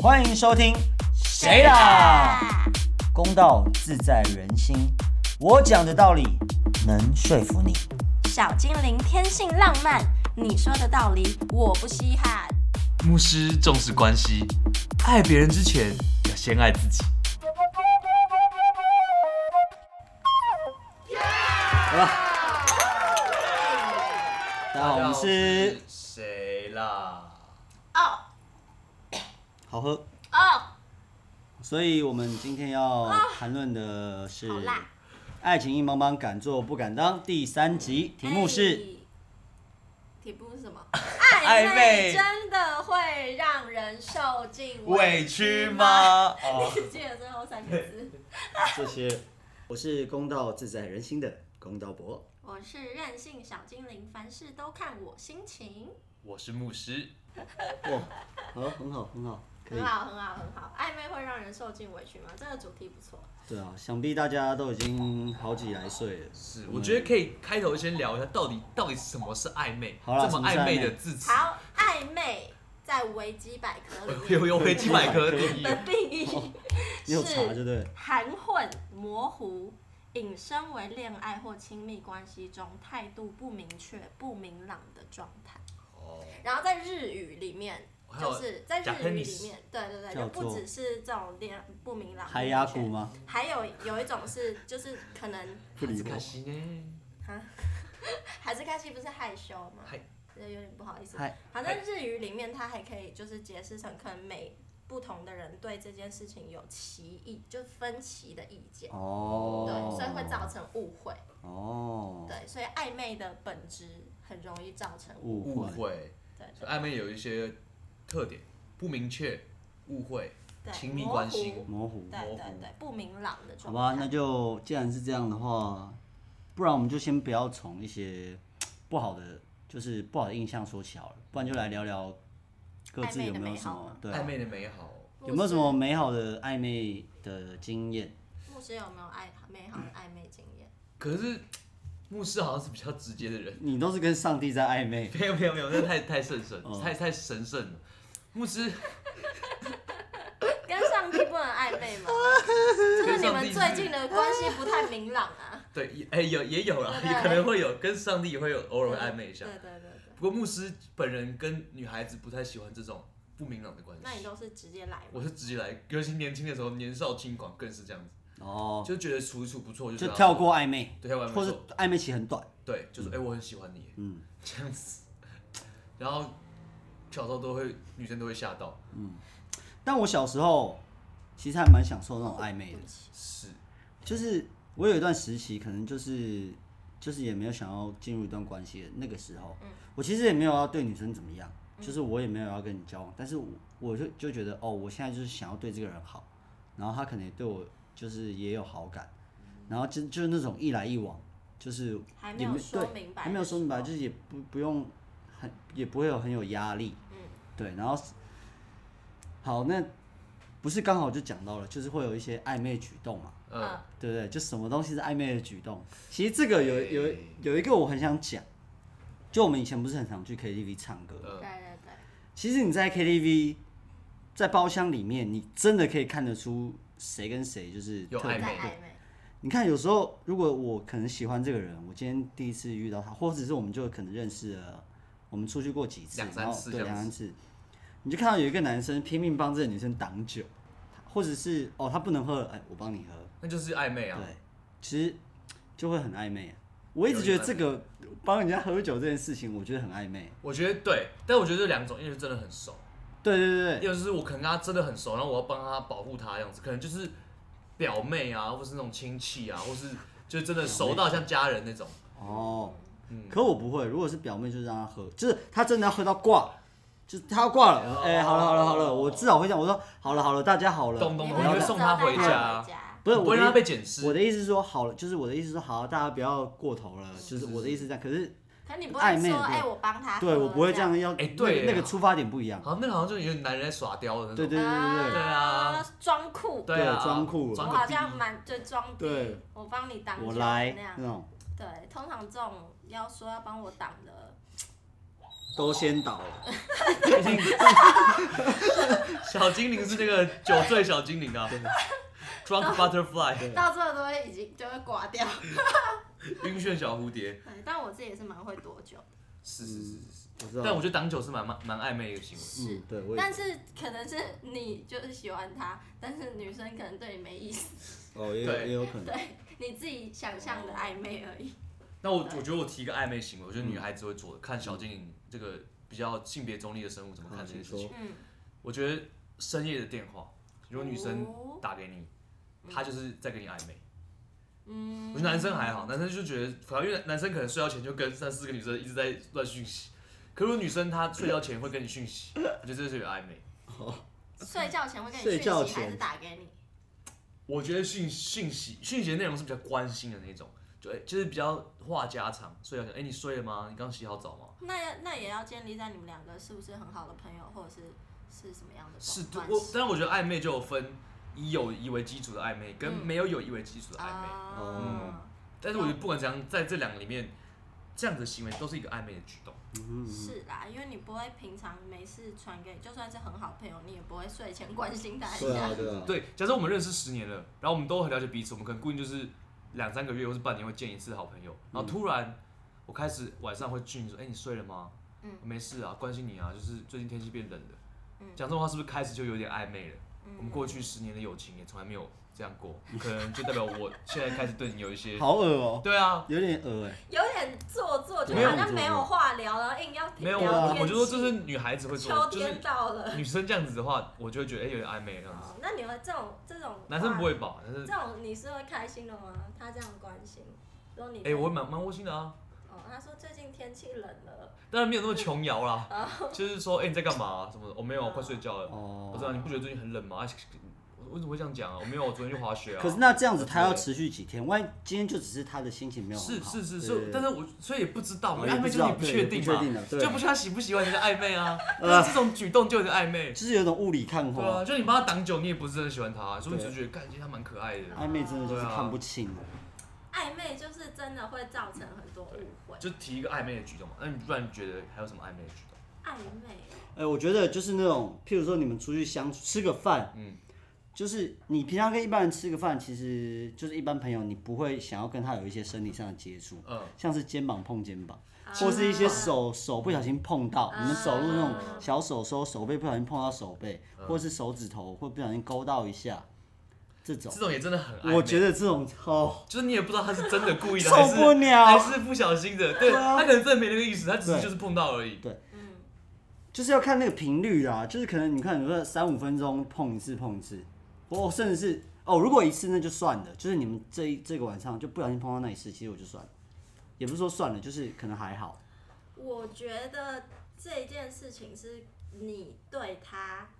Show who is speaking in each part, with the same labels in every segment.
Speaker 1: 欢迎收听《谁啦》，公道自在人心，我讲的道理能说服你。
Speaker 2: 小精灵天性浪漫，你说的道理我不稀罕。
Speaker 3: 牧师重视关系，爱别人之前要先爱自己。
Speaker 1: 大家好，我们是
Speaker 3: 谁啦？
Speaker 2: 哦
Speaker 1: 好喝，
Speaker 2: 哦，
Speaker 1: 所以我们今天要谈论的是
Speaker 2: 好
Speaker 1: 《
Speaker 2: 辣！
Speaker 1: 爱情硬邦邦，敢做不敢当》第三集，题目是
Speaker 2: 哎题目是什么？
Speaker 3: 暧
Speaker 2: 暧
Speaker 3: 昧
Speaker 2: 昧真的会让人受尽
Speaker 3: 委屈
Speaker 2: 吗？
Speaker 3: 吗？哦，
Speaker 2: 你记得最后三 个字。
Speaker 1: 这些。我是公道自在人心的公道伯，
Speaker 2: 我是任性小精灵，凡事都看我心情，
Speaker 3: 我是牧师。
Speaker 1: 哇，好，哦很好，很好，可以
Speaker 2: 很。好很好很好。暧昧会让人受尽委屈吗？这个主题不错。
Speaker 1: 对啊，想必大家都已经好几来岁了。
Speaker 3: 是，我觉得可以开头先聊一下，到底到底什么是暧昧？
Speaker 1: 好啦
Speaker 3: 这么
Speaker 1: 什么是
Speaker 3: 暧
Speaker 1: 暧
Speaker 3: 昧
Speaker 1: 昧
Speaker 3: 的字词，
Speaker 2: 好，暧昧在维基百科里面
Speaker 3: 有有维基百科定义
Speaker 2: 的定义
Speaker 1: 你有查
Speaker 2: 是
Speaker 1: 就对了。
Speaker 2: 含混、模糊，引申为恋爱或亲密关系中态度不明确、不明朗的状态。
Speaker 3: 哦，
Speaker 2: 然后在日语里面，
Speaker 3: 还有
Speaker 2: 就是在
Speaker 3: 假
Speaker 2: 日
Speaker 3: 喷
Speaker 2: 语
Speaker 3: 你
Speaker 2: 里面，对对对，
Speaker 1: 叫
Speaker 2: 就
Speaker 1: 做
Speaker 2: 不只是这种恋不明朗、
Speaker 1: 海牙谷吗？
Speaker 2: 还有有一种是就是可能
Speaker 1: 不理我
Speaker 3: 开。心呢。
Speaker 2: 还是开心不是害羞吗
Speaker 3: 嗨？
Speaker 2: 这有点不好意思
Speaker 1: 嗨。
Speaker 2: 反正日语里面它还可以就是解释成可能每不同的人对这件事情有歧义，就分歧的意见，
Speaker 1: 哦。
Speaker 2: 对，所以会造成误会。
Speaker 1: 哦
Speaker 2: 对，所以暧昧的本质很容易造成误
Speaker 1: 误
Speaker 3: 误
Speaker 1: 会。
Speaker 3: 会，
Speaker 2: 对
Speaker 3: 所以暧昧有一些特点，不明确、误会、
Speaker 2: 对
Speaker 3: 亲密关系
Speaker 2: 模糊
Speaker 1: 模糊。
Speaker 2: 对
Speaker 3: 模
Speaker 2: 对
Speaker 3: 糊
Speaker 2: 对，不明朗的
Speaker 1: 好
Speaker 2: 状态。
Speaker 1: 吧，那就既然是这样的话，不然我们就先不要从一些不好的，就是不好的印象说起好了，不然就来聊聊各自有没有什
Speaker 2: 暧昧的美好
Speaker 1: 么
Speaker 2: 吗
Speaker 1: 对啊
Speaker 3: 暧昧的美好。
Speaker 1: 有没有什么美好的暧昧的经验？
Speaker 2: 牧师有没有爱美好的暧昧经验？
Speaker 3: 可是牧师好像是比较直接的人。
Speaker 1: 你都是跟上帝在暧昧，
Speaker 3: 没有没有没有，那太太神圣
Speaker 1: 哦，
Speaker 3: 太太神圣了。牧 师，
Speaker 2: 跟上帝不能暧昧 吗？就是你们最近的关系不太明朗 啊。
Speaker 3: 对，也哎、有也有啦，
Speaker 2: 对
Speaker 3: 也可能会有跟上帝会有偶尔会暧昧一下
Speaker 2: 对。对对对，
Speaker 3: 不过牧师本人跟女孩子不太喜欢这种不明朗的关
Speaker 2: 那你
Speaker 3: 系。
Speaker 2: 都是直接来吗？
Speaker 3: 我是直接来，尤其年轻的时候，年少轻狂更是这样子，
Speaker 1: 哦，
Speaker 3: 就觉得处一处不错，就
Speaker 1: 就
Speaker 3: 跟他
Speaker 1: 跳，过暧昧，
Speaker 3: 对，跳过
Speaker 1: 或
Speaker 3: 没
Speaker 1: 是
Speaker 3: 错，
Speaker 1: 暧昧期很短，
Speaker 3: 对，就说哎、我很喜欢你
Speaker 1: 嗯，
Speaker 3: 这样子，然后小时候都会女生都会吓到，
Speaker 1: 但我小时候其实还蛮享受那种暧昧
Speaker 2: 对
Speaker 1: 的
Speaker 2: 不，起，
Speaker 3: 是
Speaker 1: 就是我有一段时期，可能就是就是也没有想要进入一段关系的那个时候，我其实也没有要对女生怎么样，就是我也没有要跟你交往，但是我我就就觉得哦，我现在就是想要对这个人好，然后他可能也对我就是也有好感，然后就就是那种一来一往，就是
Speaker 2: 还没
Speaker 1: 也
Speaker 2: 有
Speaker 1: 没
Speaker 2: 说
Speaker 1: 对
Speaker 2: 明，白，
Speaker 1: 还没有说明白，就是也不不用很也不会有很有压力，对，然后是好那不是刚好就讲到了，就是会有一些暧昧举动嘛。
Speaker 3: 嗯，
Speaker 1: 对不对？就什么东西是暧昧的举动？其实这个有有
Speaker 3: 对
Speaker 1: 有一个我很想讲，就我们以前不是很常去 KTV 唱歌。
Speaker 2: 对
Speaker 3: 呃，
Speaker 2: 对对，
Speaker 1: 其实你在 KTV，在包厢里面，你真的可以看得出谁跟谁就是
Speaker 3: 有
Speaker 1: 特
Speaker 3: 暧
Speaker 2: 在
Speaker 3: 昧
Speaker 2: 暧昧，
Speaker 1: 你看，有时候如果我可能喜欢这个人，我今天第一次遇到他，或者是我们就可能认识了，我们出去过几次，
Speaker 3: 两三
Speaker 1: 然后
Speaker 3: 次
Speaker 1: 对
Speaker 3: 这样
Speaker 1: 两
Speaker 3: 子
Speaker 1: 三次，你就看到有一个男生拼命帮这个女生挡酒，或者是哦他不能喝了，哎我帮你喝，
Speaker 3: 那就是暧昧啊，
Speaker 1: 对，其实就会很暧昧。啊我一直觉得这个帮人家喝酒这件事情，我觉得很暧昧。
Speaker 3: 我觉得对，但我觉得这两种，因为真的很熟，
Speaker 1: 对对对对，
Speaker 3: 要是我可能跟他真的很熟，然后我要帮他保护他这样子，可能就是表妹啊，或是那种亲戚啊，或是就真的熟到像家人那种。
Speaker 1: 哦，
Speaker 3: 嗯
Speaker 1: 可我不会。如果是表妹，就让她喝，就是她真的要喝到挂，就是她要挂了。
Speaker 3: 哦
Speaker 1: 哎、好了好了好了，我至少会这样。我说好了好了，大家好了。
Speaker 3: 懂懂
Speaker 2: 你
Speaker 3: 懂
Speaker 1: 我
Speaker 2: 会
Speaker 1: 要
Speaker 3: 你会
Speaker 2: 负责
Speaker 3: 送他回
Speaker 2: 带
Speaker 3: 家
Speaker 2: 家
Speaker 1: 不是
Speaker 3: 你不会
Speaker 1: 我的
Speaker 3: 让他
Speaker 1: 意
Speaker 3: 被检视。
Speaker 1: 我的意思是说好了，就是我的意思是说好，大家不要过头了，就是我的意思是这样。可是
Speaker 2: 可你不
Speaker 1: 暧
Speaker 2: 会
Speaker 1: 昧
Speaker 2: 说，
Speaker 1: 对
Speaker 2: 哎，我帮他喝，
Speaker 1: 对我不会这
Speaker 2: 这样
Speaker 1: 样，要
Speaker 3: 哎对
Speaker 1: 那个那个
Speaker 3: 啊
Speaker 1: 出发点不一样。
Speaker 3: 好像那个好像就有点男人在耍刁的那
Speaker 1: 对
Speaker 3: 种。
Speaker 1: 对对对对，
Speaker 3: 对啊，
Speaker 2: 装酷，
Speaker 3: 对啊，
Speaker 1: 对装酷
Speaker 2: 我
Speaker 3: 装
Speaker 2: 好
Speaker 3: 个 逼。
Speaker 2: 像蛮就装逼
Speaker 1: 对，
Speaker 2: 我帮你挡
Speaker 1: 我
Speaker 2: 酒
Speaker 1: 来
Speaker 2: 那样
Speaker 1: 那。种。
Speaker 2: 对，通常这种要说要帮我挡的，
Speaker 1: 都先倒了。
Speaker 3: 小精灵是那个酒醉小精灵啊，Drunk Butterfly，
Speaker 2: 到最后都会已经就会挂掉。
Speaker 3: 晕眩小蝴蝶，
Speaker 2: 对，但我自己也是蛮会躲酒的，
Speaker 3: 是是是是是。
Speaker 1: 我嗯知道，
Speaker 3: 但我觉得挡酒是蛮蛮蛮暧昧的行为。
Speaker 1: 嗯，对，我也
Speaker 2: 但是可能是你就是喜欢他，但是女生可能对你没意思，
Speaker 1: 哦，也有
Speaker 3: 对
Speaker 1: 也有可能，
Speaker 2: 对你自己想象的暧昧而
Speaker 1: 哦
Speaker 2: 已。
Speaker 3: 那我我觉得我提一个暧昧行为，我觉得
Speaker 1: 嗯
Speaker 3: 女孩子会做的，看小精灵这个比较性别中立的生物怎么看
Speaker 1: 好
Speaker 3: 这件
Speaker 1: 请
Speaker 3: 事情
Speaker 1: 说。
Speaker 2: 嗯，
Speaker 3: 我觉得深夜的电话，如果女生
Speaker 2: 哦
Speaker 3: 打给你，她就是在跟你暧昧。
Speaker 2: 嗯
Speaker 3: 我觉得男生还好，男生就觉得，反正因为男生可能睡觉前就跟三四个女生一直在乱讯息，可如果女生她睡觉前会跟你讯息，我觉得这是有暧昧。
Speaker 2: 睡觉前会跟你
Speaker 1: 睡
Speaker 2: 讯
Speaker 1: 觉
Speaker 2: 息还是
Speaker 1: 前
Speaker 2: 打给你？
Speaker 3: 我觉得讯讯息讯息的内容是比较关心的那种，就哎就是比较话家常，睡觉前哎、你睡了吗？你刚洗好澡吗？
Speaker 2: 那那也要建立在你们两个是不是很好的朋友，或者是是什么样的
Speaker 3: 是，对
Speaker 2: 关
Speaker 3: 哦我
Speaker 2: 系
Speaker 3: 但我觉得暧昧就有分以友谊为基础的暧昧跟
Speaker 2: 嗯
Speaker 3: 没有友谊为基础的暧昧。
Speaker 2: 啊？
Speaker 3: 但是我觉得不管怎样，在这两个里面，这样子的行为都是一个暧昧的举动。
Speaker 1: 嗯
Speaker 2: 是啦，因为你不会平常没事传给，就算是很好朋友，你也不会睡前关心他一
Speaker 1: 对啊
Speaker 2: 下。
Speaker 1: 对啊，
Speaker 3: 对，假设我们认识十年了，然后我们都很了解彼此，我们可能固定就是两三个月或是半年会见一次好朋友，然后突然我开始晚上会去你说，哎、你睡了吗？
Speaker 2: 嗯
Speaker 3: 没事啊，关心你啊，就是最近天气变冷了。
Speaker 2: 嗯
Speaker 3: 讲这种话是不是开始就有点暧昧了？我们
Speaker 2: 嗯，
Speaker 3: 过去十年的友情也从来没有这样过，可能就代表我现在开始对你有一些，
Speaker 1: 好恶哦，
Speaker 3: 对啊，
Speaker 1: 有点恶哎，
Speaker 2: 有点做作，就
Speaker 1: 没有
Speaker 2: 好像没有话聊，然后硬要
Speaker 3: 没有
Speaker 2: 聊
Speaker 3: 我，
Speaker 2: 天
Speaker 3: 我就说
Speaker 2: 气
Speaker 3: 这是女孩子会做
Speaker 2: 秋
Speaker 3: 的，就是
Speaker 2: 天到了。
Speaker 3: 女生这样子的话，我就会觉得哎、有点暧昧这样子。
Speaker 2: 哦那你们这种这种
Speaker 3: 男生不
Speaker 2: 会，
Speaker 3: 会吧？但是
Speaker 2: 这种你是会开心的吗？他这样关心，说你
Speaker 3: 哎、我会蛮蛮窝心的啊。
Speaker 2: 哦，他说最近天气冷了，
Speaker 3: 当然没有那么琼瑶啦， 就是说，哎、你在干嘛、什么的？我、没有，啊我快睡觉了。我知道
Speaker 1: 哦，
Speaker 3: 你不觉得最近很冷吗？啊我为什么会这样讲啊？我没有，我昨天去滑雪啊。
Speaker 1: 可是那这样子他要持续几天？万一今天就只是他的心情没有很
Speaker 3: 是
Speaker 1: 好，
Speaker 3: 是是
Speaker 1: 对
Speaker 3: 是，
Speaker 1: 对
Speaker 3: 但
Speaker 1: 对
Speaker 3: 是我所以也不知道嘛，
Speaker 1: 我也
Speaker 3: 暧
Speaker 1: 不
Speaker 3: 昧就
Speaker 1: 知
Speaker 3: 是
Speaker 1: 道
Speaker 3: 你不
Speaker 1: 对
Speaker 3: 确
Speaker 1: 也不
Speaker 3: 定
Speaker 1: 确
Speaker 3: 嘛
Speaker 1: 定的，对
Speaker 3: 就不知道喜不喜欢人家暧 昧啊。但是这种举动就有点暧昧，
Speaker 1: 就是有种雾里看
Speaker 3: 对
Speaker 1: 花
Speaker 3: 啊，，就你帮他挡酒，你也不是真的喜欢他，啊所以你
Speaker 1: 对
Speaker 3: 就觉得，干，其实他蛮可爱的。
Speaker 1: 暧昧真的就是
Speaker 3: 对啊
Speaker 1: 看不清，哦
Speaker 2: 暧昧就是真的会造成很多误会。
Speaker 3: 就提一个暧昧的举动嘛，那你不然你觉得还有什么暧昧的举动？
Speaker 2: 暧昧，
Speaker 1: 哎，我觉得就是那种，譬如说你们出去相处吃个饭，
Speaker 3: 嗯，
Speaker 1: 就是你平常跟一般人吃个饭，其实就是一般朋友，你不会想要跟他有一些生理上的接触，
Speaker 3: 嗯，
Speaker 1: 像是肩膀碰肩膀，或是一些手手不小心碰到，
Speaker 2: 啊
Speaker 1: 你们走路那种小手手手背不小心碰到手背，
Speaker 3: 嗯
Speaker 1: 或是手指头会不小心勾到一下，这种
Speaker 3: 这种也真的很暧昧。
Speaker 1: 我觉得这种哦
Speaker 3: 就是你也不知道他是真的故意的，
Speaker 1: 受
Speaker 3: 还是
Speaker 1: 不了
Speaker 3: 还是不小心的。对，
Speaker 1: 对啊
Speaker 3: 他可能真的没那个意思，他只是
Speaker 1: 对
Speaker 3: 就是碰到而已。
Speaker 2: 嗯，
Speaker 1: 就是要看那个频率啦，就是可能你看，你说三五分钟碰一次碰一次，哦，甚至是哦，如果一次那就算了，就是你们这一这个晚上就不小心碰到那一次，其实我就算了，也不是说算了，就是可能还好，
Speaker 2: 我觉得这件事情是你对他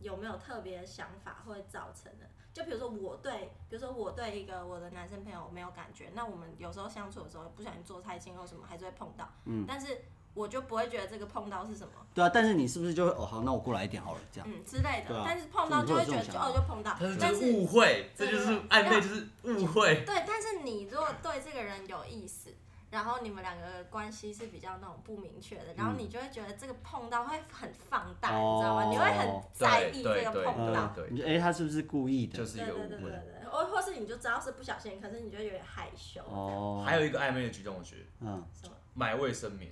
Speaker 2: 有没有特别的想法会造成的。就比如说我对，比如说我对一个我的男生朋友没有感觉，那我们有时候相处的时候不小心做太近或什么，还是会碰到。嗯，但是我就不会觉得这个碰到是什么，
Speaker 1: 对啊，但是你是不是就会哦好，那我过来一点好了，这样，
Speaker 2: 嗯之类的。
Speaker 1: 对啊啊
Speaker 2: 但是碰到就会觉
Speaker 1: 你会
Speaker 2: 得
Speaker 1: 有这种
Speaker 2: 就
Speaker 1: 想法
Speaker 2: 哦就碰到
Speaker 3: 他，
Speaker 2: 但
Speaker 3: 就是
Speaker 2: 是
Speaker 3: 误会，这
Speaker 2: 对
Speaker 3: 就是
Speaker 2: 对啊
Speaker 3: 暧昧，就是误会。
Speaker 2: 对，但是你如果对这个人有意思，然后你们两个关系是比较那种不明确的，然后你就会觉得这个碰到会很放大，你知道吗？
Speaker 1: 嗯哦
Speaker 2: 你会很在意这
Speaker 3: 对
Speaker 2: 个
Speaker 3: 对
Speaker 2: 碰到。
Speaker 1: 嗯
Speaker 3: 对，
Speaker 1: 你就哎、他是不是故意的
Speaker 3: 就？是
Speaker 2: 对
Speaker 3: 一个
Speaker 2: 对
Speaker 3: 误
Speaker 2: 对对对
Speaker 3: 会。
Speaker 2: 对，或或是你就知道是不小心，可是你就有点害羞。
Speaker 1: 哦，
Speaker 3: 还有一个暧昧的举动，我觉得
Speaker 1: 嗯，
Speaker 2: 什么？
Speaker 3: 买卫生棉，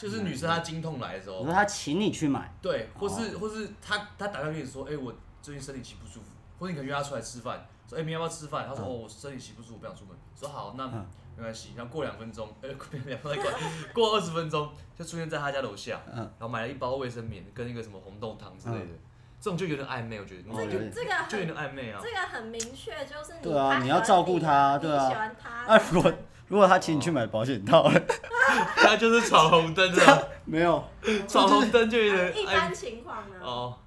Speaker 3: 就是女生她经痛来的时
Speaker 1: 你
Speaker 3: 候
Speaker 1: 说，他请你去买，
Speaker 3: 对，或
Speaker 1: 哦
Speaker 3: 是或是她她打电话跟你说，哎，我最近身体期不舒服，或者你可能约她出来吃饭，说哎，明天要不要吃饭？她说
Speaker 1: 嗯
Speaker 3: 哦，我身体期不舒服，不想出门。说好，那
Speaker 1: 嗯
Speaker 3: 没关系。然后过两分钟，呃，过两分钟，过过二十分钟，就出现在她家楼下。
Speaker 1: 嗯，
Speaker 3: 然后买了一包卫生棉跟一个什么红豆汤之类的，这种就有点暧昧，我觉得，
Speaker 1: 哦
Speaker 3: 就
Speaker 1: 有点
Speaker 2: 这个
Speaker 3: 就有点
Speaker 2: 很
Speaker 3: 暧昧啊。
Speaker 2: 这个很明确，就是你
Speaker 1: 对啊
Speaker 2: 他
Speaker 1: 你
Speaker 2: 喜
Speaker 1: 要
Speaker 2: 欢
Speaker 1: 照顾他
Speaker 2: 你
Speaker 1: 对啊
Speaker 2: 你喜欢他。
Speaker 1: 啊如果如果他请你去买保险 套了，
Speaker 3: 他就是闯红灯了，
Speaker 1: 没有，
Speaker 3: 闯红灯就有
Speaker 2: 啊
Speaker 3: 点暧
Speaker 2: 一般
Speaker 1: 哎
Speaker 3: 昧
Speaker 2: 情况呢？
Speaker 3: 哦。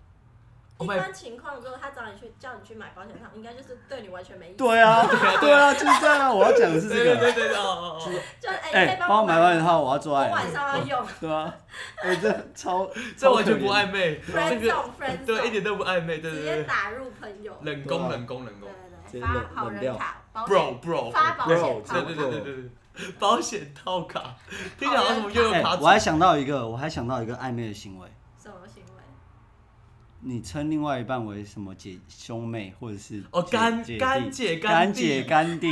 Speaker 2: 一
Speaker 3: 我买
Speaker 2: 般情况如果他找你去叫你去买保险套，应该就是对你完全没意思。
Speaker 1: 对啊，对啊，就是这样啊，我要讲的是
Speaker 3: 对
Speaker 1: 这
Speaker 3: 对
Speaker 1: 个，
Speaker 3: 对对哦哦哦，
Speaker 2: 就是哎，
Speaker 1: 哎、
Speaker 2: 你可以
Speaker 1: 帮
Speaker 2: 帮
Speaker 1: 我买
Speaker 2: 吗
Speaker 1: 保险套，我要做
Speaker 2: 我
Speaker 1: 爱
Speaker 2: 晚
Speaker 1: 了，
Speaker 2: 上要用。
Speaker 1: 对啊，哎、这 超，
Speaker 3: 这
Speaker 1: 超
Speaker 3: 完全
Speaker 1: 可
Speaker 3: 不
Speaker 1: 怜
Speaker 3: 暧昧，这
Speaker 2: friend
Speaker 3: 个
Speaker 2: zone friend
Speaker 3: 对一
Speaker 2: zone，
Speaker 3: 点都不暧昧，对
Speaker 2: 直
Speaker 3: 对
Speaker 2: 接
Speaker 3: 对，
Speaker 2: 打入朋友。
Speaker 1: 对
Speaker 3: 冷宫
Speaker 1: 啊
Speaker 3: 冷宫冷
Speaker 2: 对
Speaker 3: 宫
Speaker 1: 直
Speaker 2: 对对，
Speaker 1: 接
Speaker 2: 发
Speaker 1: 冷
Speaker 2: 好
Speaker 1: 冷
Speaker 2: 人
Speaker 1: 掉
Speaker 2: 卡，保险
Speaker 3: ，bro bro，
Speaker 2: 发保险
Speaker 1: bro，
Speaker 2: 套
Speaker 1: 真的
Speaker 3: 对对对对对对， 保险套卡，听起来好像什么又有
Speaker 1: 哎、
Speaker 3: 卡
Speaker 1: 我还想到一个，我还想到一个暧昧的行为，
Speaker 2: 什么行为？
Speaker 1: 你称另外一半为什么姐兄妹或者是
Speaker 3: 哦
Speaker 1: 姐
Speaker 3: 干
Speaker 1: 姐弟
Speaker 3: 干姐
Speaker 1: 干
Speaker 3: 干
Speaker 1: 姐
Speaker 3: 弟
Speaker 1: 干弟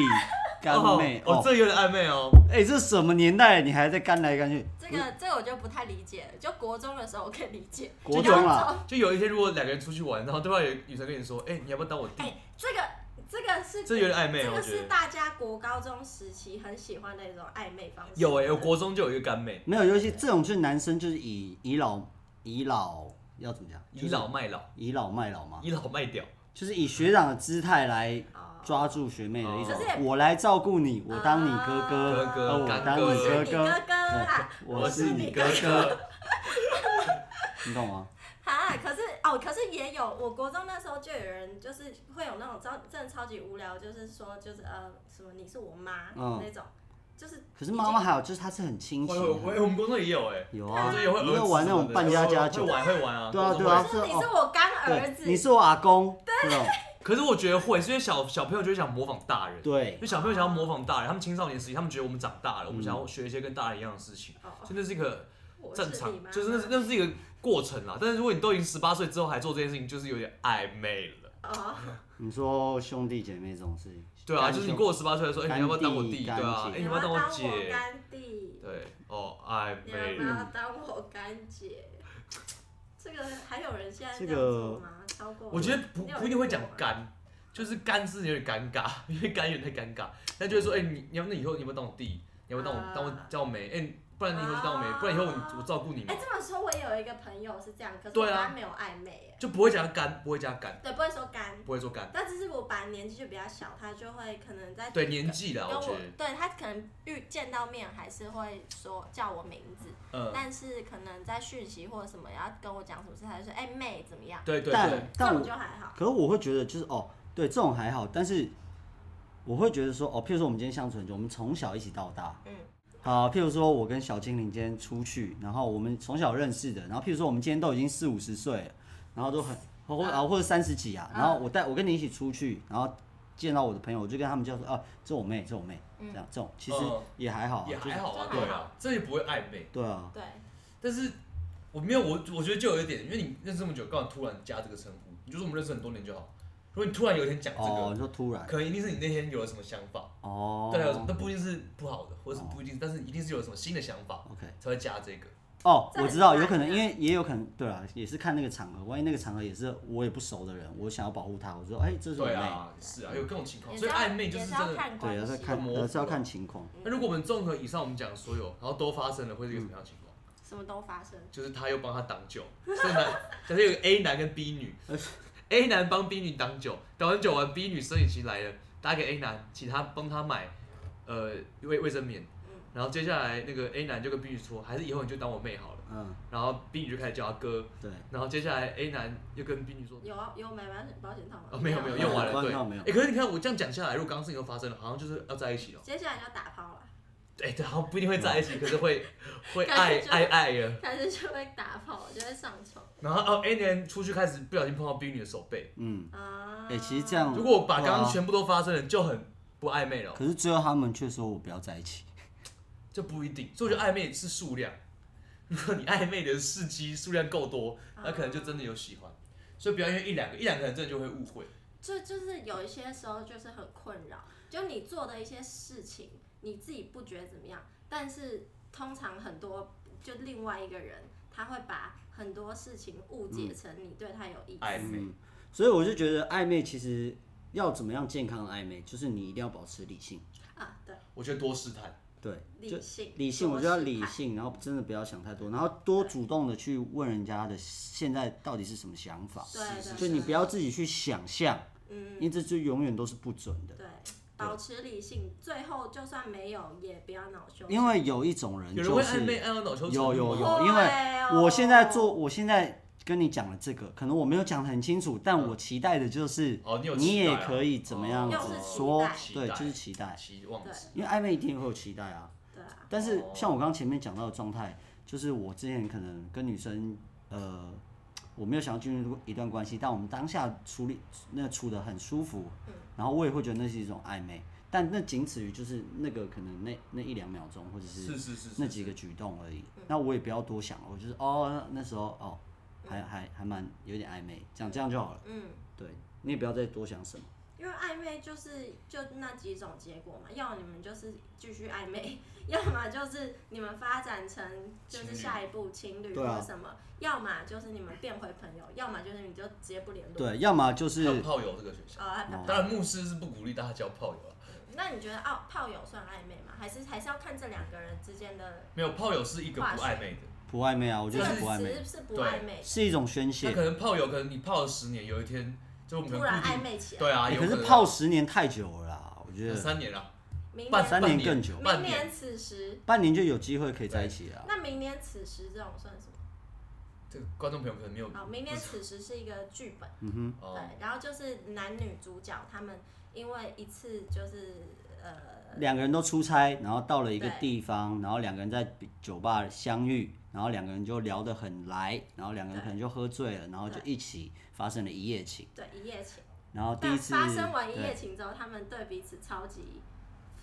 Speaker 1: 干妹
Speaker 3: 哦，哦
Speaker 1: 哦，
Speaker 3: 这有点暧昧哦。
Speaker 1: 哎、这什么年代？你还在干来干去？
Speaker 2: 这个
Speaker 3: 嗯
Speaker 2: 这个我就不太理解了，就国中的时候我可以理解，
Speaker 1: 国
Speaker 2: 就高
Speaker 1: 中啊啦，
Speaker 2: 中，
Speaker 3: 就有一天，如果两个人出去玩，然后对方有女生跟你说：“哎、你要不要当我弟
Speaker 2: 哎、这个这个是？”
Speaker 3: 这有点暧昧
Speaker 2: 这
Speaker 3: 哦，我
Speaker 2: 个
Speaker 3: 觉
Speaker 2: 是
Speaker 3: 得。
Speaker 2: 大家国高中时期很喜欢的一种暧昧方式。
Speaker 3: 有哎、我国中就有一个干妹，
Speaker 1: 没有，尤其这种就是男生就是以倚老倚老要怎么讲？
Speaker 3: 倚老卖老，
Speaker 1: 倚老卖老
Speaker 2: 嗯
Speaker 1: 嘛，
Speaker 3: 倚老 卖屌，
Speaker 1: 就是以学长的姿态来
Speaker 2: 哦
Speaker 1: 抓住学妹的一种
Speaker 2: 哦就是，
Speaker 1: 我来照顾你，我当你哥
Speaker 3: 哥
Speaker 1: 哥，
Speaker 3: 哥
Speaker 1: 呃我
Speaker 3: 干
Speaker 1: 当
Speaker 3: 哥
Speaker 2: 哦我
Speaker 1: 你
Speaker 2: 是
Speaker 1: 哥嗯
Speaker 2: 你哥
Speaker 1: 哥，
Speaker 2: 哥啦，
Speaker 1: 我我
Speaker 2: 是
Speaker 1: 是
Speaker 2: 你
Speaker 1: 你
Speaker 2: 哥
Speaker 1: 哥
Speaker 3: 哥。
Speaker 1: 你懂吗？
Speaker 2: 啊！可是哦，可是也有，我国中那时候就有人就是会有那种超真的超级无聊，就是说就是呃什么你是我妈、
Speaker 1: 嗯
Speaker 2: 那种，就是
Speaker 1: 可是妈妈还有就是她是很亲
Speaker 3: 我
Speaker 1: 情
Speaker 3: 我
Speaker 1: 的，
Speaker 3: 我我们国中也有哎、
Speaker 1: 有
Speaker 3: 国
Speaker 1: 啊，
Speaker 3: 中也会
Speaker 1: 你
Speaker 3: 儿
Speaker 1: 会
Speaker 3: 子
Speaker 1: 玩那
Speaker 3: 什么
Speaker 1: 种
Speaker 3: 的
Speaker 1: 扮家家
Speaker 3: 会
Speaker 1: 酒，
Speaker 3: 玩会玩啊，
Speaker 1: 对啊
Speaker 3: 国中
Speaker 1: 对啊
Speaker 3: 会
Speaker 2: 就是你是我干儿
Speaker 1: 对，
Speaker 2: 子，
Speaker 1: 你是我阿公，这种
Speaker 3: 可是我觉得会，是因为小小朋友就会想模仿大人，
Speaker 1: 对
Speaker 3: 因为小朋友想要模仿大人，他们青少年时期，他们觉得我们长大了，我们想要学一些跟大人一样的事情，
Speaker 2: 哦
Speaker 3: 所以那是一个
Speaker 2: 我是
Speaker 3: 正常
Speaker 2: 你妈，
Speaker 3: 就是那是那是一个过程啦。但是如果你都已经十八岁之后还做这件事情，就是有点暧昧了。
Speaker 2: 哦，
Speaker 1: 你说兄弟姐妹这种事情，
Speaker 3: 对啊，
Speaker 1: 干
Speaker 3: 就是你
Speaker 1: 兄
Speaker 3: 过了十八岁的时候，哎、你要不要当我弟？对
Speaker 1: 干弟
Speaker 3: 啊，
Speaker 1: 干
Speaker 3: 哎、
Speaker 1: 姐
Speaker 3: 你要
Speaker 2: 要
Speaker 3: 不要当
Speaker 2: 我
Speaker 3: 姐？
Speaker 2: 干弟，
Speaker 3: 对，哦，暧
Speaker 2: 你要
Speaker 3: 昧
Speaker 2: 不要当我干姐？这个还有人现在这样做吗？超过
Speaker 3: 我觉得不
Speaker 2: 你有
Speaker 3: 不一定会讲
Speaker 2: 听过吗
Speaker 3: 干，就是干是有点尴尬，因为干有点太尴尬。但就会说，哎、你你要那以后你要不要当我弟？你要不要当
Speaker 2: 啊
Speaker 3: 我、当我当我妹？哎、不然你以后就当我妹，不然以后我我照顾你嘛
Speaker 2: 哎、，这么说，我也有一个朋友是这样，可是
Speaker 3: 对
Speaker 2: 我跟
Speaker 3: 啊
Speaker 2: 他没有暧昧、
Speaker 3: 就不会加干，不会加干，
Speaker 2: 哎，对，不会说干，
Speaker 3: 不会说干。
Speaker 2: 但只是我把年纪就比较小，他就会可能在
Speaker 3: 对年纪啦，
Speaker 2: 跟
Speaker 3: 我觉
Speaker 2: 我
Speaker 3: 得，
Speaker 2: 对他可能遇见到面还是会说叫我名字，
Speaker 3: 嗯，
Speaker 2: 但是可能在讯息或者什么要跟我讲什么事，他就说哎、妹怎么样，
Speaker 3: 对对对
Speaker 1: 但，
Speaker 2: 这
Speaker 1: 但
Speaker 2: 种
Speaker 1: 我
Speaker 2: 就还好，
Speaker 1: 可是我会觉得就是哦，对，这种还好，但是我会觉得说哦，譬如说我们今天相处很久，我们从小一起到大，
Speaker 2: 嗯，
Speaker 1: 好，譬如说我跟小精灵今天出去，然后我们从小认识的，然后譬如说我们今天都已经四五十岁了，然后都很或啊或者三十几啊，
Speaker 2: 嗯
Speaker 1: 然后我带我跟你一起出去，然后见到我的朋友，我就跟他们叫说啊，这我妹，这我妹，这样这种其实
Speaker 3: 嗯
Speaker 1: 也还好啊，
Speaker 3: 也
Speaker 1: 就是
Speaker 3: 还好啊，
Speaker 2: 就
Speaker 3: 对
Speaker 2: 是
Speaker 3: 啊，这也不会暧昧。
Speaker 1: 对啊，
Speaker 2: 对，
Speaker 3: 但是我没有，我我觉得就有一点，因为你认识这么久，刚好突然加这个称呼，你就说我们认识很多年就好。如果你突然有一天讲这个，
Speaker 1: 哦，你说突然
Speaker 3: 可能一定是你那天有了什么想法，
Speaker 1: 哦，
Speaker 3: 对啊，有什么，但不一定是不好的，或者是不一定，但是一定是有什么新的想法
Speaker 1: OK。
Speaker 3: 才会加这个。
Speaker 1: 哦，
Speaker 2: 这
Speaker 1: 我
Speaker 2: 很
Speaker 1: 知道，
Speaker 2: 难
Speaker 1: 有可能，
Speaker 2: 啊
Speaker 1: 因为也有可能，对啊，也是看那个场合。万一那个场合也是我也不熟的人，我想要保护他，我说，哎、这是我
Speaker 3: 对
Speaker 1: 妹，
Speaker 3: 啊，是啊，有各种情况，
Speaker 2: 也
Speaker 3: 所
Speaker 2: 是
Speaker 3: 以
Speaker 2: 要
Speaker 3: 暧昧就
Speaker 2: 也
Speaker 3: 是
Speaker 2: 是
Speaker 3: 真
Speaker 2: 要
Speaker 3: 的。
Speaker 2: 看
Speaker 1: 对，
Speaker 2: 关
Speaker 1: 要是
Speaker 2: 系嗯
Speaker 1: 要
Speaker 2: 的，
Speaker 1: 看，
Speaker 3: 模糊
Speaker 1: 还是要
Speaker 3: 啊
Speaker 1: 看情况。
Speaker 3: 那如果我们综合以上我们讲所有，然后都发生了，会是一个什么样的情况？
Speaker 2: 什么都发生，
Speaker 3: 就是他又帮他挡酒，所以男假设有个 A 男跟 B 女，A 男帮 B 女挡酒，挡完酒完 B 女生理期来了，打给 A 男，请他帮他买呃卫卫生棉
Speaker 2: 嗯，
Speaker 3: 然后接下来那个 A 男就跟 B 女说，还是以后你就当我妹好了，
Speaker 1: 嗯，
Speaker 3: 然后 B 女就开始叫他哥，
Speaker 1: 对，
Speaker 3: 然后接下来 A 男又跟 B 女说，
Speaker 2: 有啊有买保险保险套吗？
Speaker 3: 哦没有没有用完了，
Speaker 1: 关
Speaker 3: 对，
Speaker 1: 到没有
Speaker 3: 哎、可是你看我这样讲下来，如果刚刚事情都发生了，好像就是要在一起了，
Speaker 2: 接下来就打炮了，
Speaker 3: 哎、对，好像不一定会在一起，可是会会爱
Speaker 2: 感觉
Speaker 3: 爱爱了。
Speaker 2: 但是就会打炮，就会上床
Speaker 3: 然后哦，A 男出去开始不小心碰到 B 女的手背。
Speaker 1: 嗯，
Speaker 2: 啊。
Speaker 1: 哎、其实这样，
Speaker 3: 如果把刚
Speaker 1: 对
Speaker 3: 刚
Speaker 1: 啊
Speaker 3: 全部都发生了，就很不暧昧了，
Speaker 1: 可是最后他们却说我不要在一起。
Speaker 3: 这不一定。所以我觉得暧昧是数量，如果你暧昧的事机数量够多，那可能就真的有喜欢。所以不要因为一两个，一两个人真的就会误会。
Speaker 2: 就就是有一些时候就是很困扰，就你做的一些事情，你自己不觉得怎么样，但是通常很多就另外一个人，他会把很多事情误解成你对他有意思。
Speaker 3: 暧昧，
Speaker 1: 嗯，所以我就觉得暧昧其实要怎么样健康的暧昧，就是你一定要保持理性。
Speaker 2: 啊，对，
Speaker 3: 我觉得多试探，
Speaker 1: 对，就
Speaker 2: 理性，
Speaker 1: 理性，我觉得要理
Speaker 2: 多试探
Speaker 1: 性，然后真的不要想太多，然后多主动的去问人家的现在到底是什么想法。
Speaker 2: 对对，
Speaker 1: 就你不
Speaker 2: 要，
Speaker 1: 要自己去想象，因为
Speaker 2: 嗯，
Speaker 1: 这就永远都是不准的。
Speaker 2: 对，保持理性，最后就算没有，也不要恼羞。
Speaker 1: 因为有一种人
Speaker 3: 有
Speaker 1: 就
Speaker 3: 人会
Speaker 1: 是
Speaker 3: 暧昧爱到嗯脑球
Speaker 1: 有有
Speaker 2: 会
Speaker 1: 有，
Speaker 2: 哦
Speaker 1: 因为我现在做，我现在跟你讲了这个，可能我没有讲得很清楚，但我期待的就是
Speaker 3: 嗯哦，你有
Speaker 1: 你
Speaker 3: 期待
Speaker 1: 也
Speaker 3: 啊
Speaker 1: 可以怎么样
Speaker 2: 哦又
Speaker 1: 子
Speaker 2: 是期
Speaker 1: 说
Speaker 2: 待，
Speaker 1: 对，
Speaker 3: 期待
Speaker 1: 哦就是期待，
Speaker 3: 期望
Speaker 2: 对
Speaker 3: 值
Speaker 1: 因为暧昧一定会有期待啊。
Speaker 2: 对啊，
Speaker 1: 但是
Speaker 3: 哦
Speaker 1: 像我刚刚前面讲到的状态，就是我之前可能跟女生，呃，我没有想要进入一段关系，但我们当下处理那处的很舒服，然后我也会觉得那是一种暧昧。但那仅此于就是那个可能那那一两秒钟，或者是
Speaker 3: 是是是
Speaker 1: 那几个举动而已。那我也不要多想了，我就是哦，那那时候哦，还还还蛮有点暧昧，这样这样就好了。
Speaker 2: 嗯，
Speaker 1: 对你也不要再多想什么。
Speaker 2: 因为暧昧就是就那几种结果嘛，要么你们就是继续暧昧， 要么就是你们发展成就是下一步情侣
Speaker 1: 对啊
Speaker 2: 或什么，要么就是你们变回朋友，要么就是你就直接不联络。
Speaker 1: 对，要么就是
Speaker 3: 还有炮友这个选项。
Speaker 2: 呃，
Speaker 1: 哦
Speaker 3: 当然，牧师是不鼓励大家交炮友啊。
Speaker 2: 那你觉得哦，炮友算暧昧吗？还是还是要看这两个人之间的
Speaker 3: 没有炮友是一个不暧昧的，
Speaker 1: 不暧昧啊，我
Speaker 2: 这
Speaker 1: 觉得
Speaker 2: 个
Speaker 1: 是不暧昧，
Speaker 2: 词是不暧昧，
Speaker 1: 是一种宣
Speaker 3: 那
Speaker 1: 泄
Speaker 3: 可。能炮友可能你泡了十年，有一天就我们可
Speaker 2: 突
Speaker 3: 能
Speaker 2: 然
Speaker 3: 固
Speaker 2: 暧
Speaker 3: 定
Speaker 2: 昧起来。
Speaker 3: 对啊，
Speaker 1: 欸
Speaker 3: 有
Speaker 1: 可是
Speaker 3: 能啊
Speaker 1: 泡十年太久了啦，我觉得
Speaker 3: 三年了，
Speaker 2: 明
Speaker 3: 半
Speaker 2: 年
Speaker 1: 三年更久，
Speaker 2: 明
Speaker 3: 半
Speaker 2: 年
Speaker 3: 年
Speaker 2: 此时，
Speaker 1: 半年就有机会可以在一起啊。
Speaker 2: 那明年此时这种算什么？
Speaker 3: 这个观众朋友可能没有
Speaker 1: 嗯
Speaker 2: 好，明年此时是一个剧本。
Speaker 3: 哦，
Speaker 2: 对，然后就是男女主角他们因为一次就是呃，
Speaker 1: 两个人都出差，然后到了一个
Speaker 2: 对
Speaker 1: 地方，然后两个人在酒吧相遇，然后两个人就聊得很来，然后两个人
Speaker 2: 对
Speaker 1: 可能就喝醉了，然后就一起发生了一夜情，
Speaker 2: 对一夜情，
Speaker 1: 然后第
Speaker 2: 但
Speaker 1: 一次
Speaker 2: 发生完一夜
Speaker 1: 对
Speaker 2: 情之后，他们对彼此超级